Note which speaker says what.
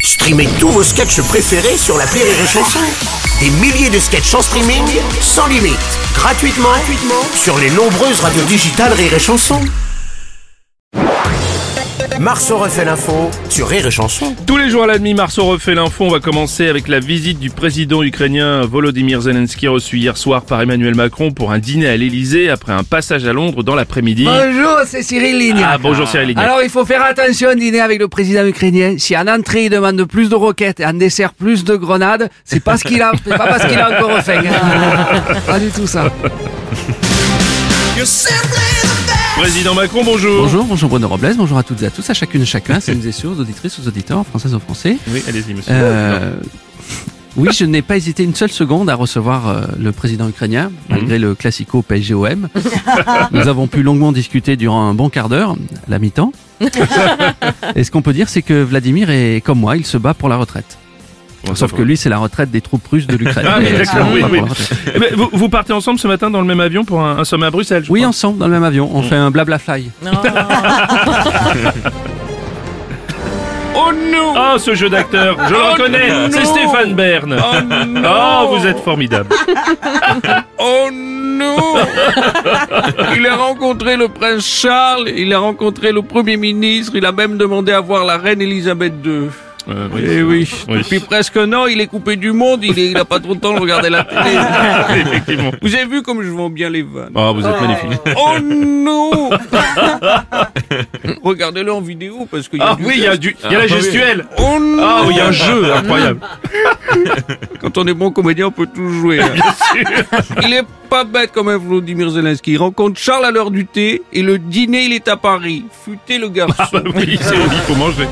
Speaker 1: Streamez tous vos sketchs préférés sur la Rire et Chanson. Des milliers de sketchs en streaming, sans limite, gratuitement, gratuitement sur les nombreuses radios digitales Rire et Chanson. Marceau refait l'info sur Rire et Chanson.
Speaker 2: Tous les jours à la demi, Marceau refait l'info. On va commencer avec la visite du président ukrainien Volodymyr Zelensky reçu hier soir par Emmanuel Macron pour un dîner à l'Elysée après un passage à Londres dans l'après-midi.
Speaker 3: Bonjour, c'est Cyril Lignac.
Speaker 2: Ah, bonjour Cyril Lignac.
Speaker 3: Alors, il faut faire attention à dîner avec le président ukrainien. Si en entrée, il demande plus de roquettes et en dessert, plus de grenades, c'est pas ce qu'il a, c'est pas parce qu'il a encore fait.
Speaker 4: Ah.
Speaker 3: Pas du tout ça.
Speaker 2: Président Macron, bonjour.
Speaker 4: Bonjour, bonjour Bruno Robles, bonjour à toutes et à tous, à chacune et chacun, celles et ceux, aux auditrices, aux auditeurs, françaises, aux français.
Speaker 2: Oui, allez-y monsieur.
Speaker 4: Euh, oui, je n'ai pas hésité une seule seconde à recevoir euh, le président
Speaker 3: Mhm.
Speaker 4: ukrainien, malgré le classico PSGOM. Nous avons pu longuement discuter durant un bon quart d'heure, à la mi-temps. Et ce qu'on peut dire, c'est que Vladimir est comme moi, il se bat pour la retraite.
Speaker 2: Bon,
Speaker 4: Sauf
Speaker 2: ça
Speaker 4: que
Speaker 2: va.
Speaker 4: lui, c'est la retraite des troupes russes de l'Ukraine.
Speaker 2: Ah, oui,
Speaker 4: Et
Speaker 2: d'accord,
Speaker 4: c'est vraiment
Speaker 2: oui,
Speaker 4: pas pour
Speaker 2: oui.
Speaker 4: la retraite.
Speaker 2: Eh ben, vous, vous partez ensemble ce matin dans le même avion pour un, un sommet à Bruxelles, je
Speaker 4: Oui,
Speaker 2: crois.
Speaker 4: ensemble, dans le même avion,
Speaker 2: Mm.
Speaker 4: on fait un blabla fly.
Speaker 2: Oh non Ah, ce jeu d'acteur, je le reconnais, c'est Stéphane Bern. Oh vous êtes formidable.
Speaker 5: Oh non Il a rencontré le prince Charles, il a rencontré le Premier ministre, il a même demandé à voir la reine Elisabeth II.
Speaker 2: Euh, oui.
Speaker 5: Eh oui,
Speaker 2: Oui.
Speaker 5: depuis presque un an, il est coupé du monde, il est- il a pas trop de temps de regarder la télé.
Speaker 2: Effectivement.
Speaker 5: Vous avez vu comme je vends bien les vannes
Speaker 2: Oh, vous êtes magnifique.
Speaker 5: Oh non Regardez-le en vidéo parce qu'il y a
Speaker 2: Ah
Speaker 5: du
Speaker 2: oui, il y a
Speaker 5: geste.
Speaker 2: du, il y a la gestuelle.
Speaker 5: Oh non
Speaker 2: Ah, oui, il y a un jeu incroyable.
Speaker 5: Quand on est bon comédien, on peut tout jouer. hein. il est pas bête comme un Vladimir Zelensky. Il rencontre Charles à l'heure du thé et le dîner, il est à Paris. Futez le garçon.
Speaker 2: Ah bah oui, c'est il faut manger.